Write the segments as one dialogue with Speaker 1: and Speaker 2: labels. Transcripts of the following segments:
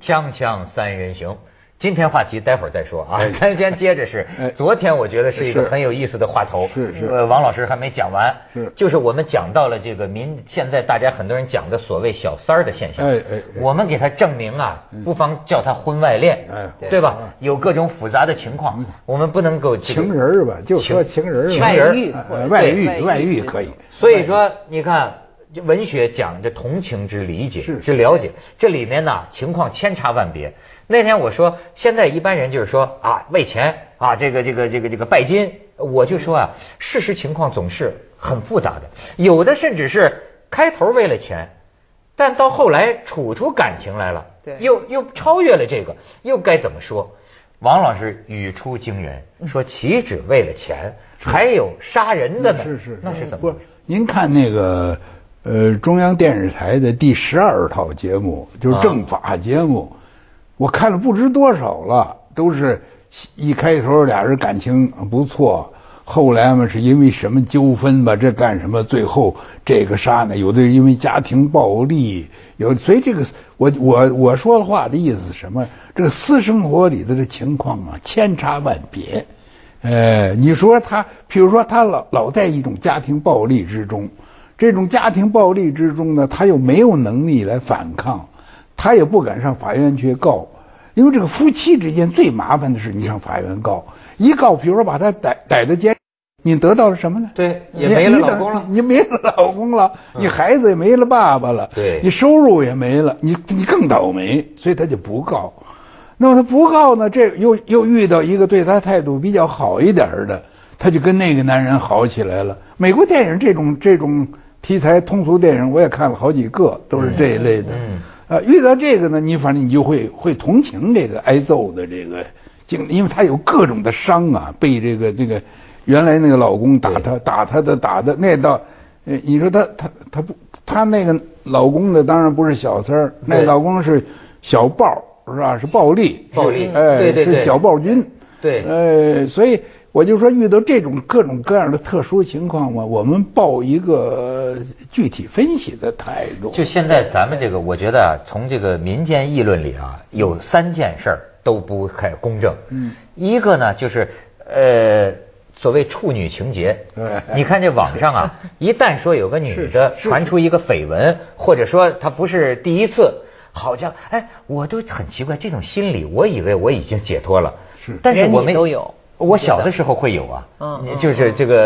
Speaker 1: 锵锵三人行，今天话题待会儿再说啊
Speaker 2: 哎，
Speaker 1: 咱先接着是
Speaker 2: 哎，
Speaker 1: 昨天我觉得是一个
Speaker 2: 是
Speaker 1: 很有意思的话头，
Speaker 2: 是是
Speaker 1: 呃，王老师还没讲完，
Speaker 2: 是
Speaker 1: 就是我们讲到了这个民，现在大家很多人讲的所谓小三儿的现象，
Speaker 2: 哎哎哎
Speaker 1: 我们给他证明啊，
Speaker 2: 嗯
Speaker 1: 不妨叫他婚外恋，
Speaker 2: 哎
Speaker 1: 对
Speaker 2: 嗯
Speaker 1: 吧？有各种复杂的情况
Speaker 2: 嗯，
Speaker 1: 我们不能够这个
Speaker 2: 情人儿吧，就说情人儿吧，
Speaker 1: 情人儿
Speaker 2: 呃
Speaker 3: 或者
Speaker 2: 外
Speaker 1: 对
Speaker 2: 遇
Speaker 3: 外遇
Speaker 2: 外遇可以。
Speaker 1: 所以说，你看，这文学讲这同情之理解、
Speaker 2: 是
Speaker 1: 之了解，这里面呢情况千差万别。那天我说，现在一般人就是说啊，为钱啊，这个这个这个这个拜金，我就说啊，事实情况总是很复杂的，有的甚至是开头为了钱，但到后来处出感情来了，
Speaker 3: 对
Speaker 1: 又又超越了这个，又该怎么说？王老师语出惊人，
Speaker 2: 嗯
Speaker 1: 说岂止为了钱，还有杀人的呢？
Speaker 2: 嗯是是，
Speaker 1: 那是怎么
Speaker 2: 不
Speaker 1: 回
Speaker 2: 是
Speaker 1: 事？
Speaker 2: 您看那个呃中央电视台的第十二套节目，就是
Speaker 1: 啊
Speaker 2: 政法节目，我看了不知多少了，都是一开头俩人感情不错。后来嘛，是因为什么纠纷吧？这干什么？最后这个杀呢？有的因为家庭暴力，有所以这个我我我说的话的意思是什么？这个私生活里的这情况啊，千差万别。呃，你说他，比如说他老老在一种家庭暴力之中，这种家庭暴力之中呢，他又没有能力来反抗，他也不敢上法院去告，因为这个夫妻之间最麻烦的是你上法院告，一告，比如说把他逮逮到监，你得到了什么呢？
Speaker 1: 对也
Speaker 2: 你
Speaker 1: 没了
Speaker 2: 你
Speaker 1: 老
Speaker 2: 等
Speaker 1: 公了
Speaker 2: 你没了老公了，
Speaker 1: 嗯
Speaker 2: 你孩子也没了爸爸了，
Speaker 1: 对
Speaker 2: 你收入也没了，你你更倒霉，所以他就不告。那么他不告呢，这又又遇到一个对他态度比较好一点儿的，他就跟那个男人好起来了。美国电影这种这种题材通俗电影我也看了好几个，都是这一类的。
Speaker 1: 嗯嗯
Speaker 2: 呃，遇到这个呢，你反正你就会会同情这个挨揍的这个经历，因为他有各种的伤啊，被这个这个原来那个老公打他打他的打的那道，呃，你说他他他不他那个老公的当然不是小三儿，那
Speaker 1: 对嗯
Speaker 2: 老公是小豹是吧？是暴力，
Speaker 1: 暴力
Speaker 2: 是哎，
Speaker 1: 对对对
Speaker 2: 是小暴君，
Speaker 1: 对
Speaker 2: 呃，所以我就说遇到这种各种各样的特殊情况嘛，我们抱一个呃具体分析的态度，
Speaker 1: 就现在咱们这个，我觉得啊，从这个民间议论里啊，有三件事儿都不太公正。
Speaker 2: 嗯，
Speaker 1: 一个呢就是呃，所谓处女情节
Speaker 2: 哎。
Speaker 1: 你看这网上啊，一旦说有个女的
Speaker 2: 是是是
Speaker 1: 传出一个绯闻，或者说她不是第一次，好像哎，我都很奇怪这种心理，我以为我已经解脱了，
Speaker 2: 是
Speaker 1: 但是
Speaker 3: 人
Speaker 1: 我
Speaker 3: 你
Speaker 1: 没
Speaker 3: 都有
Speaker 1: 我小的时候会有啊，
Speaker 3: 嗯嗯
Speaker 1: 就是这个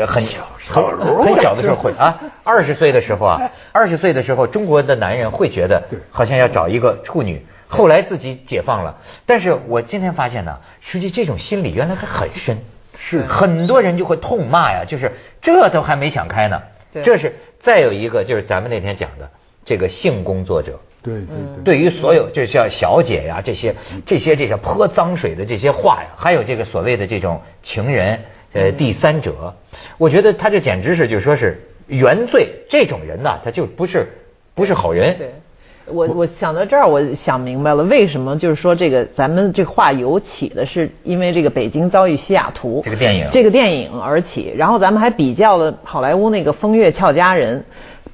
Speaker 1: 呃很
Speaker 2: 小时候
Speaker 1: 很小的时候会 啊，二十岁的时候啊，二十岁的时候，中国的男人会觉得
Speaker 2: 对
Speaker 1: 好像要找一个处女，后来自己解放了。但是我今天发现呢，实际这种心理原来还很深，
Speaker 2: 是
Speaker 1: 很多人就会痛骂呀，就是这都还没想开呢。
Speaker 3: 对
Speaker 1: 这是再有一个就是咱们那天讲的这个性工作者，
Speaker 2: 对对
Speaker 3: 嗯
Speaker 1: 对于所有就像小姐呀这些这些这些泼脏水的这些话呀，还有这个所谓的这种情人呃
Speaker 3: 嗯
Speaker 1: 第三者，我觉得他这简直是就说是原罪，这种人呐、他就不是不是好人。
Speaker 3: 对，我我想到这儿，我想明白了，为什么就是说这个咱们这话由起的是因为这个北京遭遇西雅图
Speaker 1: 这个电影
Speaker 3: 这个电影而起，然后咱们还比较了好莱坞那个《风月俏佳人》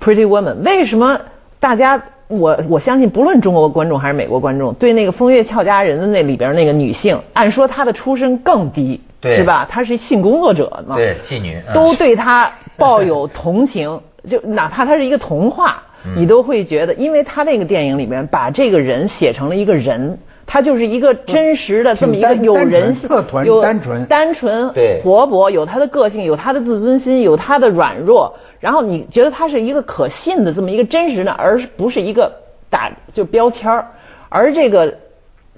Speaker 3: （Pretty Woman），为什么大家？我我相信，不论中国观众还是美国观众，对那个《风月俏佳人》的那里边那个女性，按说她的出身更低，
Speaker 1: 对
Speaker 3: 是吧？她是性工作者嘛，
Speaker 1: 对妓女嗯
Speaker 2: 啊
Speaker 3: 都对她 抱有同情，就哪怕她是一个童话，
Speaker 1: 嗯
Speaker 3: 你都会觉得，因为他那个电影里面把这个人写成了一个人，他就是一个真实的
Speaker 2: 挺
Speaker 3: 这么一个
Speaker 2: 单
Speaker 3: 有
Speaker 2: 单纯
Speaker 3: 人性
Speaker 2: 特团
Speaker 3: 有
Speaker 2: 单纯
Speaker 3: 单纯
Speaker 1: 对
Speaker 3: 活泼，有他的个性，有他的自尊心，有他的软弱，然后你觉得他是一个可信的这么一个真实的，而不是一个打就标签儿，而这个。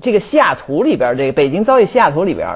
Speaker 3: 这个西雅图里边，这个北京遭遇西雅图里边，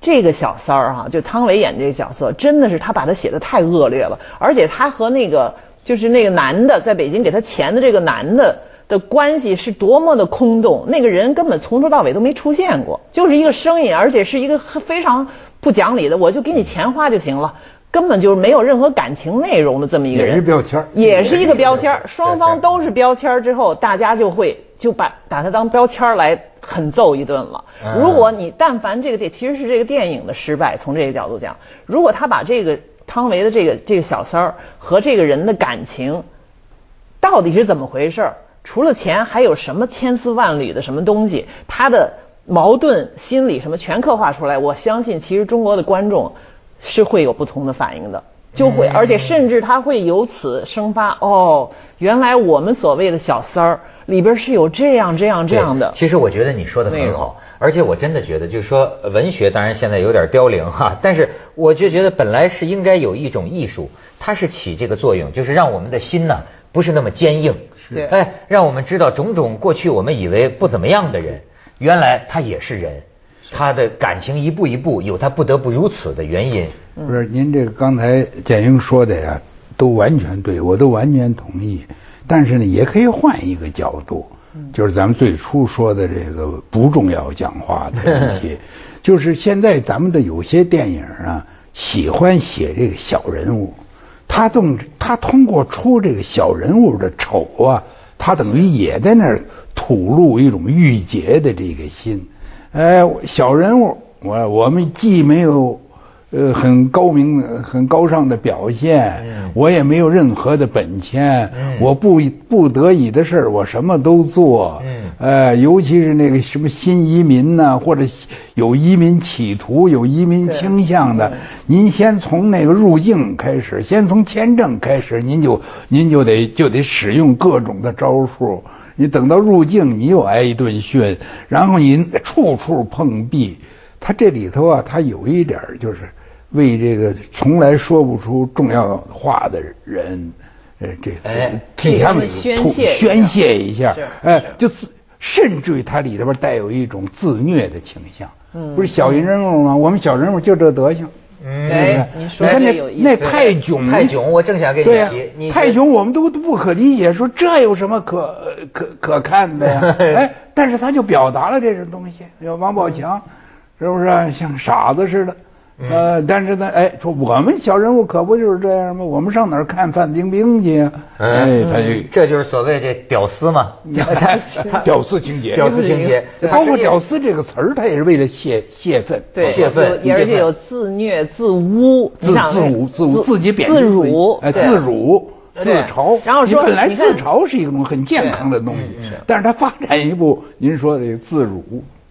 Speaker 3: 这个小三儿、哈，就汤唯演这个角色，真的是他把他写的太恶劣了，而且他和那个就是那个男的在北京给他钱的这个男的的关系是多么的空洞，那个人根本从头到尾都没出现过，就是一个声音，而且是一个非常不讲理的，我就给你钱花就行了。根本就是没有任何感情内容的这么一个人，
Speaker 2: 也是标签儿
Speaker 3: 也是一个标签儿
Speaker 1: 对对对
Speaker 3: 双方都是标签儿之后，大家就会就把把它当标签儿来狠揍一顿了
Speaker 1: 嗯。
Speaker 3: 如果你但凡这个电其实是这个电影的失败，从这个角度讲，如果他把这个汤唯的这个这个小三儿和这个人的感情到底是怎么回事儿除了钱，还有什么千丝万缕的什么东西？他的矛盾心理什么全刻画出来。我相信，其实中国的观众是会有不同的反应的，就
Speaker 1: 嗯
Speaker 3: 会，而且甚至他会由此生发。哦，原来我们所谓的小三儿里边是有这样这样这样的
Speaker 1: 对。其实我觉得你说的
Speaker 3: 内
Speaker 1: 很
Speaker 3: 容
Speaker 1: 好，而且我真的觉得，就是说呃文学当然现在有点凋零哈， 但是我就觉得本来是应该有一种艺术，它是起这个作用，就是让我们的心呢不是那么坚硬，
Speaker 3: 是对
Speaker 1: 哎，让我们知道种种过去我们以为不怎么样的人，原来他也是人，他的感情一步一步有他不得不如此的原因。
Speaker 2: 不是，您这个刚才简英说的呀，都完全对，我都完全同意。但是呢，也可以换一个角度，就是咱们最初说的这个不重要讲话的问题，就是现在咱们的有些电影啊，喜欢写这个小人物，他动他通过出这个小人物的丑啊，他等于也在那儿吐露一种郁结的这个心。哎，小人物，我我们既没有呃很高明、呃很高尚的表现，
Speaker 1: 嗯
Speaker 2: 我也没有任何的本钱，
Speaker 1: 嗯
Speaker 2: 我不不得已的事儿我什么都做，
Speaker 1: 嗯
Speaker 2: 呃，尤其是那个什么新移民呐、或者有移民企图、有移民
Speaker 3: 对
Speaker 2: 倾向的，您先从那个入境开始，先从签证开始，您就您就得就得使用各种的招数。你等到入境，你又挨一顿训，然后您处处碰壁。他这里头啊，他有一点儿就是为这个从来说不出重要话的人，呃，这
Speaker 1: 哎
Speaker 2: 替他们
Speaker 3: 给他们宣
Speaker 2: 吐
Speaker 3: 泄一下
Speaker 2: 宣泄一下
Speaker 3: 是，
Speaker 2: 哎
Speaker 3: 是，
Speaker 2: 就自甚至于它里头边带有一种自虐的倾向，
Speaker 3: 嗯
Speaker 2: 不是小人物吗？我们小人物就这德行，
Speaker 1: 嗯
Speaker 2: 对
Speaker 3: 哎
Speaker 2: 不对
Speaker 3: 您说
Speaker 2: 你看
Speaker 3: 这
Speaker 2: 那
Speaker 3: 有意思
Speaker 2: 那泰囧，
Speaker 1: 泰囧我正想跟你
Speaker 2: 对呀
Speaker 1: 提你
Speaker 2: 泰囧我们都都不可理解，说这有什么可可可看 的呀？哎，但是他就表达了这种东西，有王宝强，是不是啊像傻子似的？
Speaker 1: 嗯
Speaker 2: 呃，但是呢，哎，说我们小人物可不就是这样吗？我们上哪儿看范冰冰去呀？哎，他就
Speaker 1: 嗯这就是所谓这屌丝嘛，
Speaker 2: 屌丝情节，
Speaker 1: 屌丝情节，
Speaker 2: 包括“屌丝”这个词儿，他也是为了泄泄愤，
Speaker 3: 对，
Speaker 1: 泄愤
Speaker 3: 有
Speaker 1: 泄
Speaker 3: 而
Speaker 1: 愤
Speaker 3: 且有自虐、自污，
Speaker 2: 自
Speaker 3: 你想
Speaker 2: 自辱、自侮自己贬低
Speaker 3: 自
Speaker 2: 己
Speaker 3: 辱，
Speaker 2: 哎，
Speaker 3: 对
Speaker 2: 自辱、自
Speaker 3: 对
Speaker 2: 嘲。
Speaker 3: 然后
Speaker 2: 你
Speaker 3: 说
Speaker 2: 本来
Speaker 3: 你
Speaker 2: 自
Speaker 3: 看嗯
Speaker 2: 嘲是一种很健康的东西，但是它发展一步，您说的这个自辱，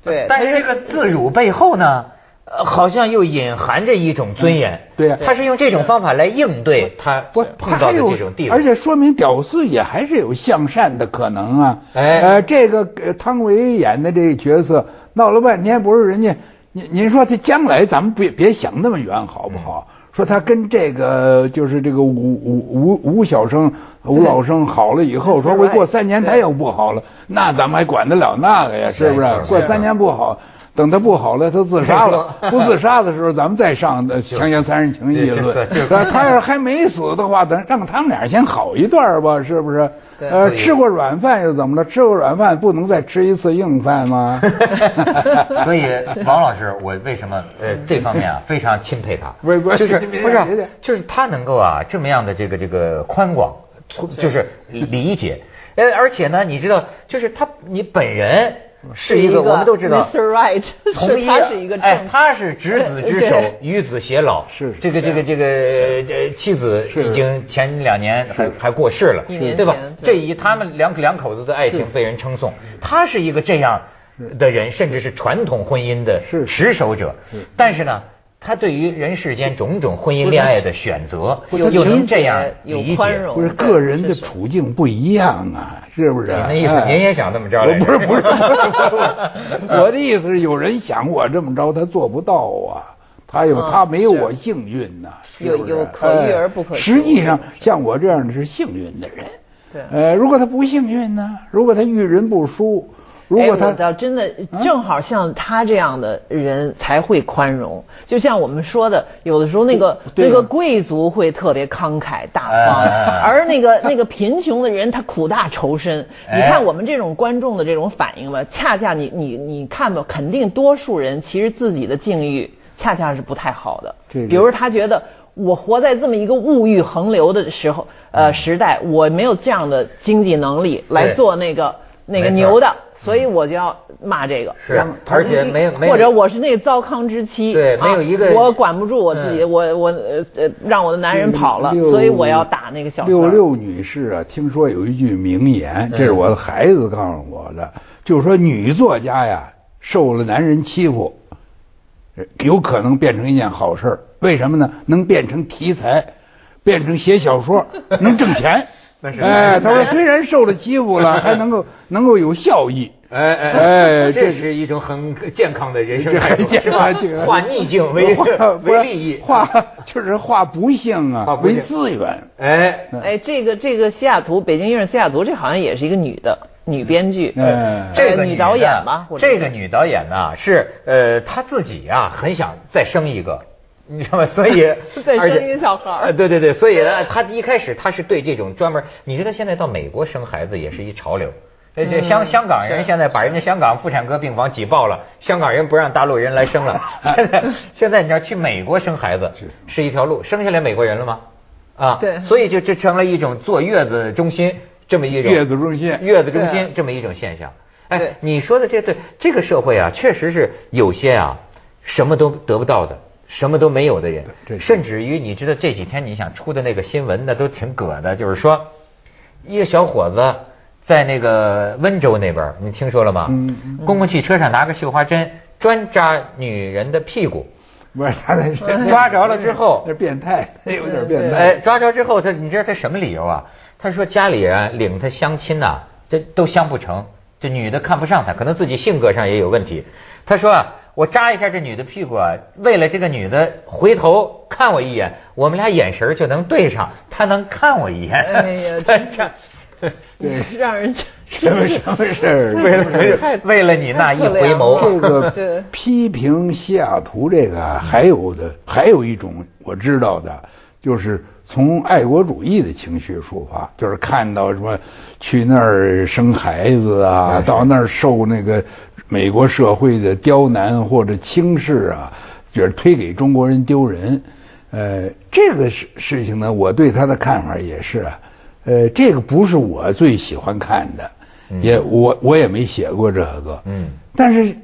Speaker 3: 对，
Speaker 1: 但是这个自辱背后呢，呃，好像又隐含着一种尊严。
Speaker 2: 对呀
Speaker 1: 他是用这种方法来应对啊他
Speaker 2: 不，
Speaker 1: 碰
Speaker 2: 它
Speaker 1: 到
Speaker 2: 还
Speaker 1: 的
Speaker 2: 有
Speaker 1: 这种地，位。
Speaker 2: 而且说明屌丝也还是有向善的可能啊。
Speaker 1: 哎
Speaker 2: 呃，这个呃汤唯演的这个角色闹了半天，不是人家，您您说他将来咱们别别想那么远，好不
Speaker 1: 嗯
Speaker 2: 好？说他跟这个就是这个吴吴吴吴小生、吴老生好了以后，说我过三年他又不好了，那咱们还管得了那个呀？
Speaker 1: 是
Speaker 2: 是不是
Speaker 1: 是？
Speaker 2: 过
Speaker 1: 是。
Speaker 2: 三年不好。等他不好了，他自杀了不自杀的时候，咱们再上 呃锵锵三人行一
Speaker 1: 对
Speaker 2: 论
Speaker 1: 就是。
Speaker 2: 但 是他要是还没死的话，咱让他们俩先好一段儿吧，是不是？
Speaker 3: 对
Speaker 2: 呃，
Speaker 1: 对
Speaker 2: 吃过软饭又怎么了？吃过软饭不能再吃一次硬饭 吗？
Speaker 1: 所以王老师，我为什么呃这方面啊非常钦佩他？
Speaker 2: 不是不是
Speaker 1: 就是
Speaker 2: 别
Speaker 1: 不是啊
Speaker 2: 别别
Speaker 1: 就是他能够啊这么样的这个这个宽广，粗就是理解。呃，而且呢，你知道，就是他你本人是一个我们都知道
Speaker 3: Mr. Right，
Speaker 1: 从医
Speaker 3: 是他是一个正
Speaker 1: 哎，他是执子之手
Speaker 3: 对，
Speaker 1: 与子偕老。
Speaker 2: 是是
Speaker 1: 这个这个这个呃妻子
Speaker 2: 是
Speaker 1: 已经前两年还还过世了
Speaker 3: 一年，
Speaker 1: 对吧
Speaker 3: 前？
Speaker 1: 这
Speaker 3: 对
Speaker 1: 以他们两两口子的爱情被人称颂，他是一个这样的人，甚至是传统婚姻的
Speaker 2: 是
Speaker 1: 持守者。但是呢，他对于人世间种种婚姻恋爱的选择，
Speaker 3: 不是
Speaker 1: 又
Speaker 3: 有
Speaker 1: 能
Speaker 3: 理
Speaker 1: 这
Speaker 3: 解
Speaker 1: 样
Speaker 3: 有
Speaker 1: 理
Speaker 3: 宽
Speaker 1: 解。
Speaker 3: 容
Speaker 2: 不是个人的处境不一样啊，是不是？
Speaker 1: 你那意思
Speaker 2: 哎
Speaker 1: 您也想这么着来着
Speaker 2: 我不是不是不是不是，我 的意思是有人想我这么着，他做不到啊。他有
Speaker 3: 嗯
Speaker 2: 他没有
Speaker 3: 是
Speaker 2: 我幸运呐、是
Speaker 3: 有
Speaker 2: 不是
Speaker 3: 有可遇
Speaker 2: 哎
Speaker 3: 而不可求
Speaker 2: 实际上，像我这样的是幸运的人。
Speaker 3: 对
Speaker 2: 呃，如果他不幸运呢？如果他遇人不淑，如果
Speaker 3: 哎
Speaker 2: 他
Speaker 3: 我倒真的
Speaker 1: 嗯
Speaker 3: 正好像他这样的人才会宽容，就像我们说的，有的时候那个
Speaker 2: 对
Speaker 3: 那个贵族会特别慷慨大
Speaker 1: 哎哎哎
Speaker 3: 方，而那个那个贫穷的人他苦大仇深。
Speaker 1: 哎
Speaker 3: 你看我们这种观众的这种反应吧，恰恰你你你看吧，肯定多数人其实自己的境遇恰恰是不太好的，
Speaker 2: 这个
Speaker 3: 比如他觉得。我活在这么一个物欲横流的时候，呃，时代，我没有这样的经济能力
Speaker 1: 嗯
Speaker 3: 来
Speaker 1: 对
Speaker 3: 做那个那个
Speaker 1: 没错嗯
Speaker 3: 牛的，所以我就要骂这个。
Speaker 1: 是，而且没没
Speaker 3: 或者我是那个糟糠之妻，
Speaker 1: 对
Speaker 3: 啊
Speaker 1: 没有一个
Speaker 3: 我管不住我自己，
Speaker 1: 嗯
Speaker 3: 我我呃呃让我的男人跑了，
Speaker 2: 六
Speaker 3: 所以我要打那个小三儿嗯
Speaker 2: 六六女士啊，听说有一句名言，这是我的孩子告诉我的，就是说女作家呀，受了男人欺负，有可能变成一件好事儿。为什么呢？能变成题材，变成写小 说，能挣钱。
Speaker 1: 那是
Speaker 2: 哎，他说虽然受了欺负 了，还能够能够有效益。
Speaker 1: 哎哎
Speaker 2: 哎这
Speaker 1: 这是一种很健康的人生态度，
Speaker 2: 这
Speaker 1: 是吧
Speaker 2: 这个？
Speaker 1: 化逆境为
Speaker 2: 化不是
Speaker 1: 为利益，
Speaker 2: 化就是化不幸啊，
Speaker 1: 化不
Speaker 2: 为
Speaker 1: 幸
Speaker 2: 资源。
Speaker 1: 哎，
Speaker 2: 嗯
Speaker 3: 哎，这个这个西雅图，北京遇上西雅图，这好像也是一个女的女编剧，
Speaker 2: 哎
Speaker 1: 这个
Speaker 3: 呃女
Speaker 1: 的
Speaker 3: 导演吧，或者
Speaker 1: 这个女导演呢是呃她自己啊很想再生一个。你知道吗？所以
Speaker 3: 再
Speaker 1: 而且
Speaker 3: 生一个小孩儿
Speaker 1: 呃对对对，所以呢，她一开始她是对这种专门，你知道现在到美国生孩子也是一潮流。这
Speaker 3: 嗯
Speaker 1: 这香香港
Speaker 3: 啊
Speaker 1: 人现在把人家香港妇产科病房挤爆了，香港人不让大陆人来 生了。现在现在你要去美国生孩子是一条路，生下来美国人了吗？啊，
Speaker 3: 对
Speaker 1: 所以就这成了一种坐月子中心这么一种
Speaker 2: 月子中心
Speaker 1: 月子中
Speaker 3: 对
Speaker 1: 心这么一种现象。
Speaker 3: 对
Speaker 1: 哎，你说的这对这个社会啊，确实是有些啊，什么都得不到的，什么都没有的人
Speaker 2: 对，对
Speaker 1: 甚至于你知道这几天你想出的那个新闻，那都挺葛的，就是说一个小伙子在那个温州那边儿，你听说了吗？
Speaker 2: 嗯嗯
Speaker 1: 公共汽车上拿个绣花针专扎女人的屁股，
Speaker 2: 不是他那是
Speaker 1: 抓着了之后
Speaker 2: 那变态，那有点变态。
Speaker 1: 哎，抓着之后，他你知道他什么理由啊？他说家里人领他相亲呐、这都相不成，这女的看不上他，可能自己性格上也有问题。他说啊，我扎一下这女的屁股啊，为了这个女的回头看我一眼，我们俩眼神儿就能对上，她能看我一眼。
Speaker 3: 哎 呀
Speaker 1: 他
Speaker 3: 真是
Speaker 1: 这
Speaker 2: 对，
Speaker 3: 让人
Speaker 2: 什么什么事 儿？
Speaker 1: 为了
Speaker 3: 太
Speaker 1: 为了你那一回
Speaker 3: 太可怜
Speaker 1: 眸
Speaker 2: 这
Speaker 3: 了，对
Speaker 2: 个批评西雅图这个啊还有的还有一种我知道的，就是从爱国主义的情绪出发，就是看到什么去那儿生孩子啊，到那儿受那个美国社会的刁难或者轻视啊，就是推给中国人丢人。呃，这个事事情呢，我对他的看法也是啊，呃，这个不是我最喜欢看的，也我我也没写过这个，
Speaker 1: 嗯
Speaker 2: 但是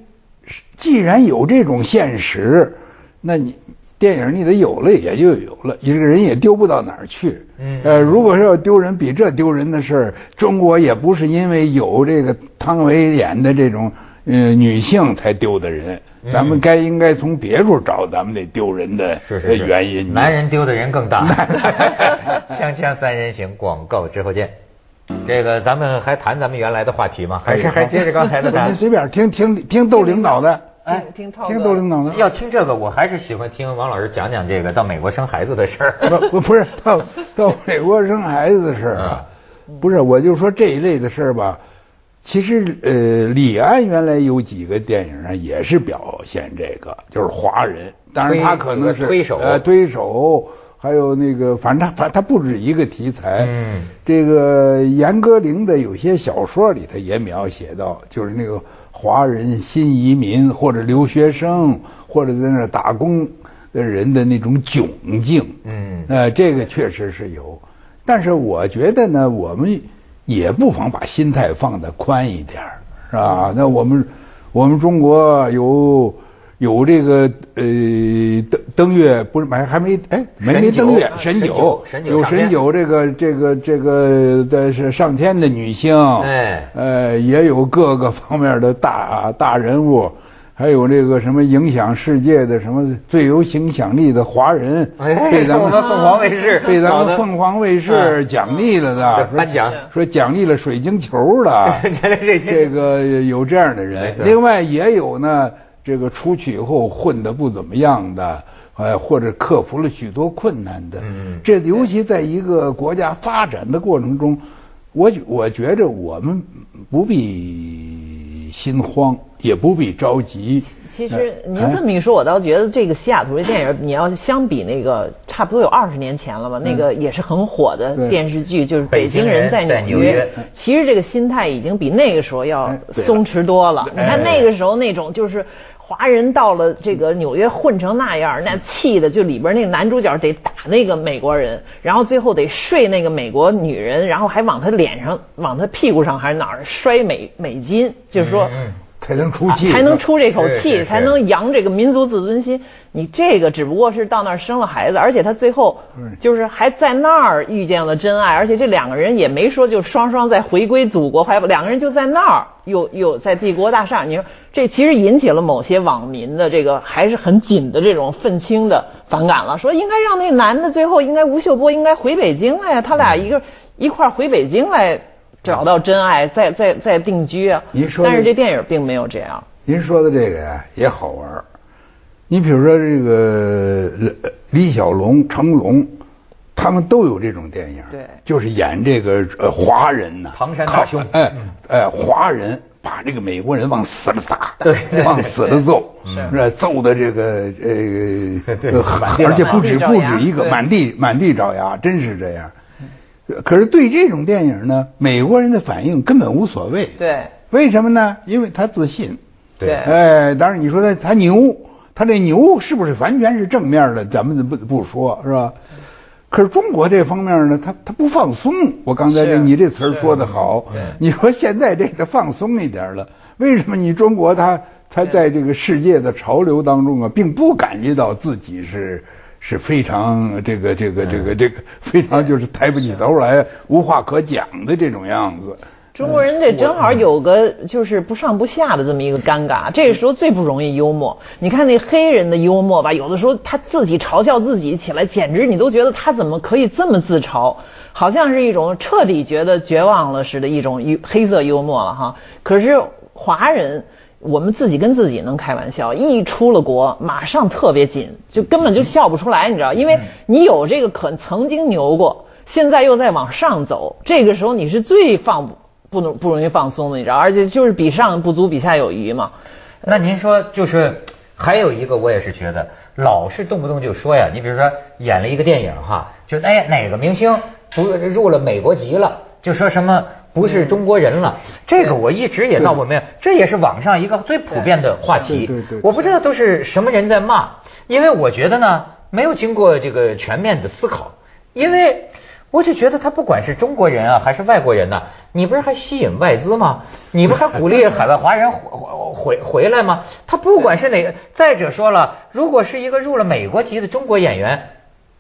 Speaker 2: 既然有这种现实，那你电影你得有了也就有了，一个人也丢不到哪儿去。
Speaker 1: 嗯
Speaker 2: 呃，如果说要丢人，比这丢人的事儿，中国也不是因为有这个汤唯演的这种呃女性才丢的人，
Speaker 1: 嗯
Speaker 2: 咱们该应该从别处找咱们这丢人的
Speaker 1: 是是是
Speaker 2: 呃原因。
Speaker 1: 男人丢的人更 大。 锵锵三人行，广告之后见。这个咱们还谈咱们原来的话题吗？还是还接着刚才 的谈
Speaker 2: 您？哎随便听听听窦领导的，
Speaker 3: 哎听涛哥
Speaker 2: 听窦领导的。
Speaker 1: 要听这个，我还是喜欢听王老师讲讲这个到美国生孩子的 事儿。
Speaker 2: 不不是到到美国生孩子的事儿啊，不是，我就说这一类的事儿吧。其实呃，李安原来有几个电影上也是表现这个，就是华人，当然他可能
Speaker 1: 推
Speaker 2: 是
Speaker 1: 推手
Speaker 2: 呃推手，还有那个，反正他反他不止一个题材。
Speaker 1: 嗯
Speaker 2: 这个严歌苓的有些小说里头也描写到，就是那个华人新移民或者留学生或者在那儿打工的人的那种窘境。
Speaker 1: 嗯
Speaker 2: 呃，这个确实是有，但是我觉得呢，我们也不妨把心态放得宽一点儿，是吧？那我们我们中国有有这个呃登登月不是没还没哎没没
Speaker 1: 神九
Speaker 2: 登月
Speaker 1: 啊
Speaker 2: 神
Speaker 1: 神
Speaker 2: 九
Speaker 1: 九神九
Speaker 2: 有
Speaker 1: 上
Speaker 2: 神
Speaker 1: 天
Speaker 2: 九这个这个这个的是上天的女星，
Speaker 1: 哎
Speaker 2: 呃，也有各个方面的大大人物，还有这个什么影响世界的什么最有影响力的华人，
Speaker 1: 哎
Speaker 2: 被咱
Speaker 1: 我
Speaker 2: 们
Speaker 1: 们凤凰卫视
Speaker 2: 被咱
Speaker 1: 搞得
Speaker 2: 们凤凰卫视
Speaker 1: 嗯
Speaker 2: 奖励了的，
Speaker 1: 对颁奖，
Speaker 2: 说说奖励了水晶球的
Speaker 1: 这
Speaker 2: 这个有这样的人
Speaker 1: 没，错
Speaker 2: 另外也有呢，这个出去以后混得不怎么样的。呃，或者克服了许多困难的，
Speaker 1: 嗯
Speaker 2: 这尤其在一个国家发展的过程中，我觉我觉着我们不必心慌，也不必着急。
Speaker 3: 其实您
Speaker 2: 哎
Speaker 3: 这么一说，我倒觉得这个《西雅图》这电影，你要相比那个差不多有二十年前了吧，那个也是很火的
Speaker 2: 嗯对
Speaker 3: 电视剧，就是《
Speaker 1: 北
Speaker 3: 北京
Speaker 1: 京人
Speaker 3: 人在
Speaker 1: 在纽
Speaker 3: 约》
Speaker 1: 约嗯
Speaker 3: 其实这个心态已经比那个时候要
Speaker 2: 哎对了
Speaker 3: 松弛多了。你
Speaker 2: 哎
Speaker 3: 看那个时候那种就是。华人到了这个纽约混成那样，那气的就里边那个男主角得打那个美国人，然后最后得睡那个美国女人，然后还往他脸上、往他屁股上还是哪儿摔美美金，就是说。
Speaker 1: 嗯嗯
Speaker 2: 才能出气，
Speaker 3: 啊才能出这口
Speaker 1: 是是
Speaker 3: 气，
Speaker 1: 是
Speaker 3: 才能扬这个民族自尊心。你这个只不过是到那儿生了孩子，而且他最后
Speaker 2: 嗯
Speaker 3: 就是还在那儿遇见了真爱，而且这两个人也没说就双双在回归祖国，还两个人就在那儿又又在帝国大厦。你说这其实引起了某些网民的这个还是很紧的这种愤青的反感了，说应该让那男的最后应该吴秀波应该回北京来呀，他
Speaker 2: 嗯
Speaker 3: 俩一个一块儿回北京来。找到真爱，再再再定居啊！
Speaker 2: 您说
Speaker 3: 但是
Speaker 2: 这
Speaker 3: 这电影并没有这样。
Speaker 2: 您说的这个呀也好玩儿你比如说这个呃李小龙、成龙，他们都有这种电影，
Speaker 3: 对
Speaker 2: 就是演这个呃华人呐、
Speaker 1: 唐山大兄
Speaker 2: 靠哎
Speaker 3: 嗯
Speaker 2: 哎，华人把这个美国人往死了打，
Speaker 1: 对
Speaker 2: 往死了揍，
Speaker 1: 是
Speaker 2: 是吧揍的这个呃
Speaker 1: 嗯对
Speaker 2: 呃
Speaker 1: 满地
Speaker 2: 而且不
Speaker 3: 满地
Speaker 2: 止
Speaker 3: 找
Speaker 2: 不
Speaker 3: 牙
Speaker 2: 止一个，
Speaker 3: 对嗯
Speaker 2: 满地满地找牙，真是这样。可是对这种电影呢，美国人的反应根本无所谓，
Speaker 3: 对，
Speaker 2: 为什么呢？因为他自信。
Speaker 1: 对
Speaker 2: 哎，当然你说他他牛，他这牛是不是完全是正面的？咱们不不说是吧？可是中国这方面呢，他他不放松。我刚才这
Speaker 3: 是
Speaker 2: 你这词儿说的好
Speaker 1: 对，
Speaker 2: 你说现在这个放松一点了，为什么你中国他他在这个世界的潮流当中啊，并不感觉到自己是是非常这个这个这个这个非常就是抬不起头来、无话可讲的这种样子？
Speaker 3: 中国人这正好有个就是不上不下的这么一个尴尬，这个时候最不容易幽默。你看那黑人的幽默吧，有的时候他自己嘲笑自己起来，简直你都觉得他怎么可以这么自嘲，好像是一种彻底觉得绝望了似的一种幽黑色幽默了哈。可是华人。我们自己跟自己能开玩笑，一出了国马上特别紧，就根本就笑不出来，
Speaker 2: 嗯
Speaker 3: 你知道？因为你有这个可曾经牛过，现在又在往上走，这个时候你是最放不不能不容易放松的，你知道？而且就是比上不足，比下有余嘛。
Speaker 1: 那您说，就是还有一个，我也是觉得，老是动不动就说呀，你比如说演了一个电影哈，就哎呀哪个明星不入了美国籍了，就说什么不是中国人了，
Speaker 2: 嗯
Speaker 1: 这个我一直也闹不明白，这也是网上一个最普遍的话题。
Speaker 2: 对对对对
Speaker 1: 我不知道都是什么人在骂，因为我觉得呢，没有经过这个全面的思考，因为。我就觉得他不管是中国人啊，还是外国人呐、你不是还吸引外资吗？你不还鼓励海外华人回 回回来吗？他不管是哪个，再者说了，如果是一个入了美国籍的中国演员，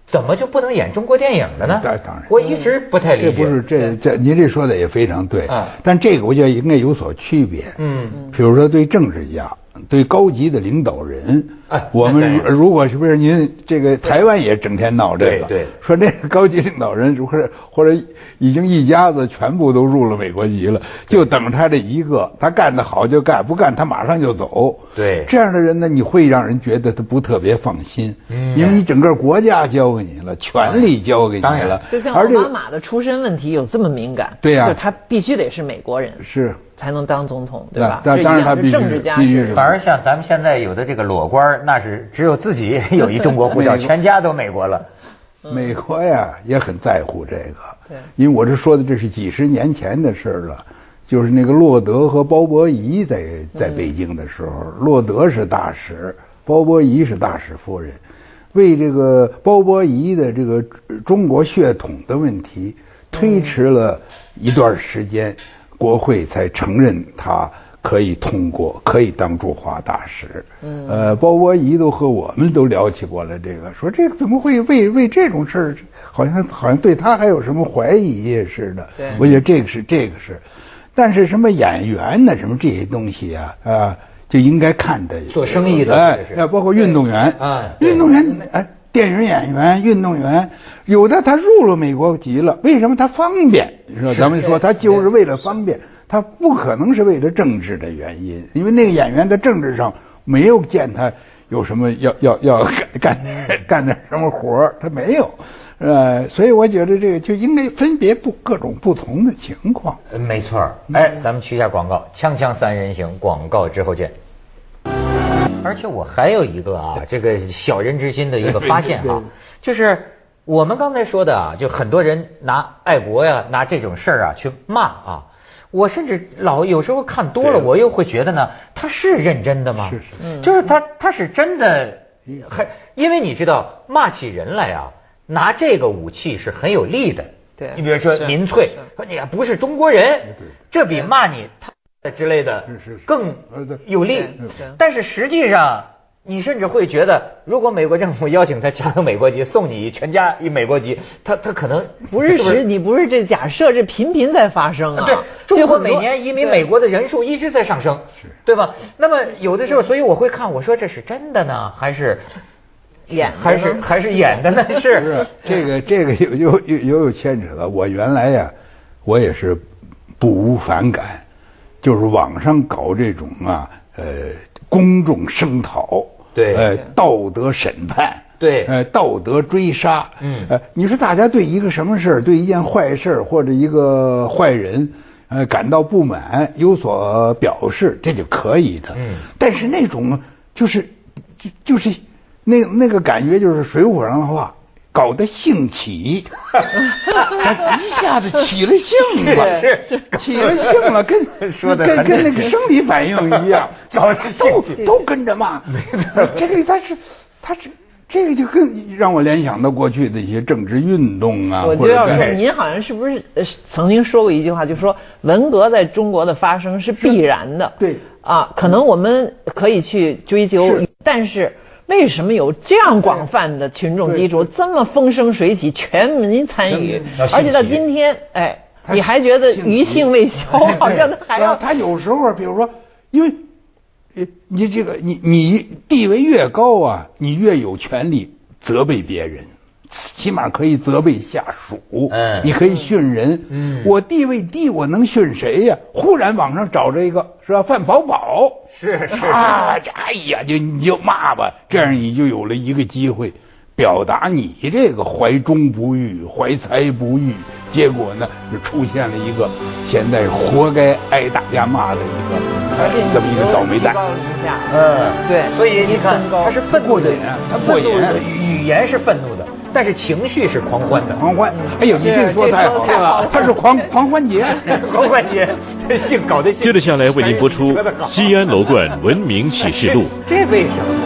Speaker 1: 怎么就不能演中国电影了呢？
Speaker 2: 那嗯当然
Speaker 1: 我一直不太
Speaker 2: 这
Speaker 1: 理解。
Speaker 2: 不是这这，您这说的也非常对
Speaker 1: 啊，
Speaker 2: 但这个我觉得应该有所区别。
Speaker 1: 嗯，
Speaker 2: 比如说对政治家、对高级的领导人
Speaker 1: 哎，
Speaker 2: 我们
Speaker 1: 对
Speaker 2: 如如果是不是您这个台湾也整天闹这个，
Speaker 1: 对对
Speaker 2: 说这个高级领导人或者或者已经一家子全部都入了美国籍了，就等他这一个，他干得好就干，不干他马上就走。
Speaker 1: 对
Speaker 2: 这样的人呢，你会让人觉得他不特别放心，
Speaker 1: 嗯
Speaker 2: 因为你整个国家交给你了，权力交给你
Speaker 1: 当然
Speaker 2: 了，
Speaker 3: 就像
Speaker 2: 而这
Speaker 3: 奥巴马的出身问题有这么敏感，
Speaker 2: 对呀
Speaker 3: 就是他必须得是美国人
Speaker 2: 是。
Speaker 3: 才能当总统，对吧？
Speaker 2: 那
Speaker 3: 这
Speaker 2: 当然
Speaker 3: 一
Speaker 2: 他
Speaker 3: 样是
Speaker 2: 必须
Speaker 3: 政治家
Speaker 2: 必须是
Speaker 1: 反而像咱们现在有的这个裸官儿，那是只有自己 有一中国护照，
Speaker 2: 美国
Speaker 1: 全家都美国了。
Speaker 2: 美国呀也很在乎这个，
Speaker 3: 对
Speaker 2: 因为我这说的这是几十年前的事儿了，就是那个洛德和鲍伯仪在在北京的时候，洛德是大使，鲍伯仪是大使夫人，为这个鲍伯仪的这个呃中国血统的问题推迟了一段时间，国会才承认他。可以通过，可以当驻华大使。嗯，呃，包伯仪都和我们都聊起过了这个，说这个怎么会为为这种事儿，好像好像对他还有什么怀疑似的。
Speaker 3: 对
Speaker 2: 我觉得这个是这个是，但是什么演员呢，什么这些东西啊啊，就应该看的
Speaker 1: 做生意的
Speaker 2: 哎
Speaker 1: 这，是
Speaker 2: 哎包括运动员
Speaker 1: 对哎对
Speaker 2: 运动员哎，电影演员、运动员，有的他入了美国籍了，为什么他方便？是吧？咱们说他就是为了方便，他不可能是为了政治的原因，因为那个演员在政治上没有见他有什么要要要 干干干点什么活儿他没有，呃，所以我觉得这个就应该分别不各种不同的情况。
Speaker 1: 呃没错儿，
Speaker 2: 嗯
Speaker 1: 哎，咱们去一下广告，锵锵三人行，广告之后见。而且我还有一个啊，这个小人之心的一个发现 啊，就是我们刚才说的啊，就很多人拿爱国呀、拿这种事儿啊去骂啊。我甚至老有时候看多了，
Speaker 2: 对啊
Speaker 1: 我又会觉得呢，他是认真的吗？
Speaker 2: 是是
Speaker 3: 嗯
Speaker 1: 就是他他是真的很，因为你知道骂起人来啊，拿这个武器是很有力的。
Speaker 3: 对
Speaker 1: 你比如说
Speaker 3: 是
Speaker 1: 民粹
Speaker 3: 是，
Speaker 1: 说你不是中国人
Speaker 2: 对，
Speaker 1: 这比骂你他之类的
Speaker 2: 是是是
Speaker 1: 更
Speaker 2: 呃对
Speaker 1: 有力
Speaker 3: 对是。
Speaker 1: 但是实际上，你甚至会觉得，如果美国政府邀请他加入美国籍，送你全家一美国籍，他他可能
Speaker 3: 不是
Speaker 1: 不
Speaker 3: 实，你不是这假设，这频频在发生啊。
Speaker 1: 对，中国
Speaker 3: 就很多
Speaker 1: 每年移民
Speaker 3: 对
Speaker 1: 美国的人数一直在上升，对吧？那么有的时候，所以我会看，我说这是真的呢，还是
Speaker 3: 演的呢
Speaker 1: 还是还是演 的呢？
Speaker 2: 不是啊
Speaker 1: 是，
Speaker 2: 这个这个有有有有有牵扯了。我原来呀，我也是不无反感，就是网上搞这种啊呃公众声讨，
Speaker 1: 对
Speaker 2: 呃道德审判，
Speaker 1: 对
Speaker 2: 呃道德追杀，
Speaker 1: 嗯
Speaker 2: 呃你说大家对一个什么事儿，对一件坏事儿或者一个坏人。呃，感到不满，有所表示，这就可以的。
Speaker 1: 嗯
Speaker 2: 但是那种就是就就是那那个感觉就是水浒上的话，搞得 兴起，一下子起了兴了，
Speaker 1: 是是是
Speaker 2: 起了兴了，跟
Speaker 1: 说得
Speaker 2: 跟
Speaker 1: 很
Speaker 2: 跟那
Speaker 1: 准
Speaker 2: 个
Speaker 1: 确
Speaker 2: 生理反应一 样，
Speaker 1: 搞得兴
Speaker 2: 都
Speaker 1: 起
Speaker 2: 都跟着骂，这个他是他是。这个就更让我联想到过去的一些政治运动啊，或
Speaker 3: 我就
Speaker 2: 者
Speaker 3: 要
Speaker 2: 在
Speaker 3: 说，您好像是不是呃曾经说过一句话，就说文革在中国的发生是必然的。
Speaker 2: 对
Speaker 3: 啊，可能我们可以去追究，但是为什么有这样广泛的群众基础，这么风生水起，全民参与
Speaker 1: 要，兴
Speaker 3: 而且到
Speaker 1: 起
Speaker 3: 今天，哎，
Speaker 2: 他
Speaker 3: 你还觉得
Speaker 2: 兴
Speaker 3: 余
Speaker 2: 起
Speaker 3: 兴未消，好像还要
Speaker 2: 啊他有时候啊，比如说，因为呃你这个你你地位越高啊，你越有权利责备别人，起码可以责备下属，
Speaker 1: 嗯
Speaker 2: 你可以训人，
Speaker 1: 嗯
Speaker 2: 我地位低，我能训谁呀、忽然网上找着一个是吧，范宝宝，
Speaker 1: 是是
Speaker 2: 啊，这哎呀，就你就骂吧，这样你就有了一个机会。表达你这个怀中不遇、怀才不遇，结果呢，就出现了一个现在活该挨大家骂的一个、哎
Speaker 3: 对
Speaker 2: 这么一个倒霉蛋
Speaker 3: 提。高了一下
Speaker 1: 嗯，
Speaker 3: 对
Speaker 1: 所以你看
Speaker 3: 一分，高
Speaker 1: 他是愤怒的啊
Speaker 2: 过瘾，他过
Speaker 1: 愤
Speaker 2: 瘾
Speaker 1: 怒的语言是愤怒的，但是情绪是狂欢的，
Speaker 2: 狂欢，哎呦，你
Speaker 3: 是
Speaker 2: 这说
Speaker 3: 这
Speaker 2: 太
Speaker 3: 说
Speaker 2: 好
Speaker 3: 太好了
Speaker 2: 了，他是狂狂欢节，
Speaker 1: 狂欢节， 这性搞得兴
Speaker 4: 接着下来为您播出
Speaker 1: 哎说得好
Speaker 4: 《西安楼冠文明启示录》。
Speaker 1: 这为什么？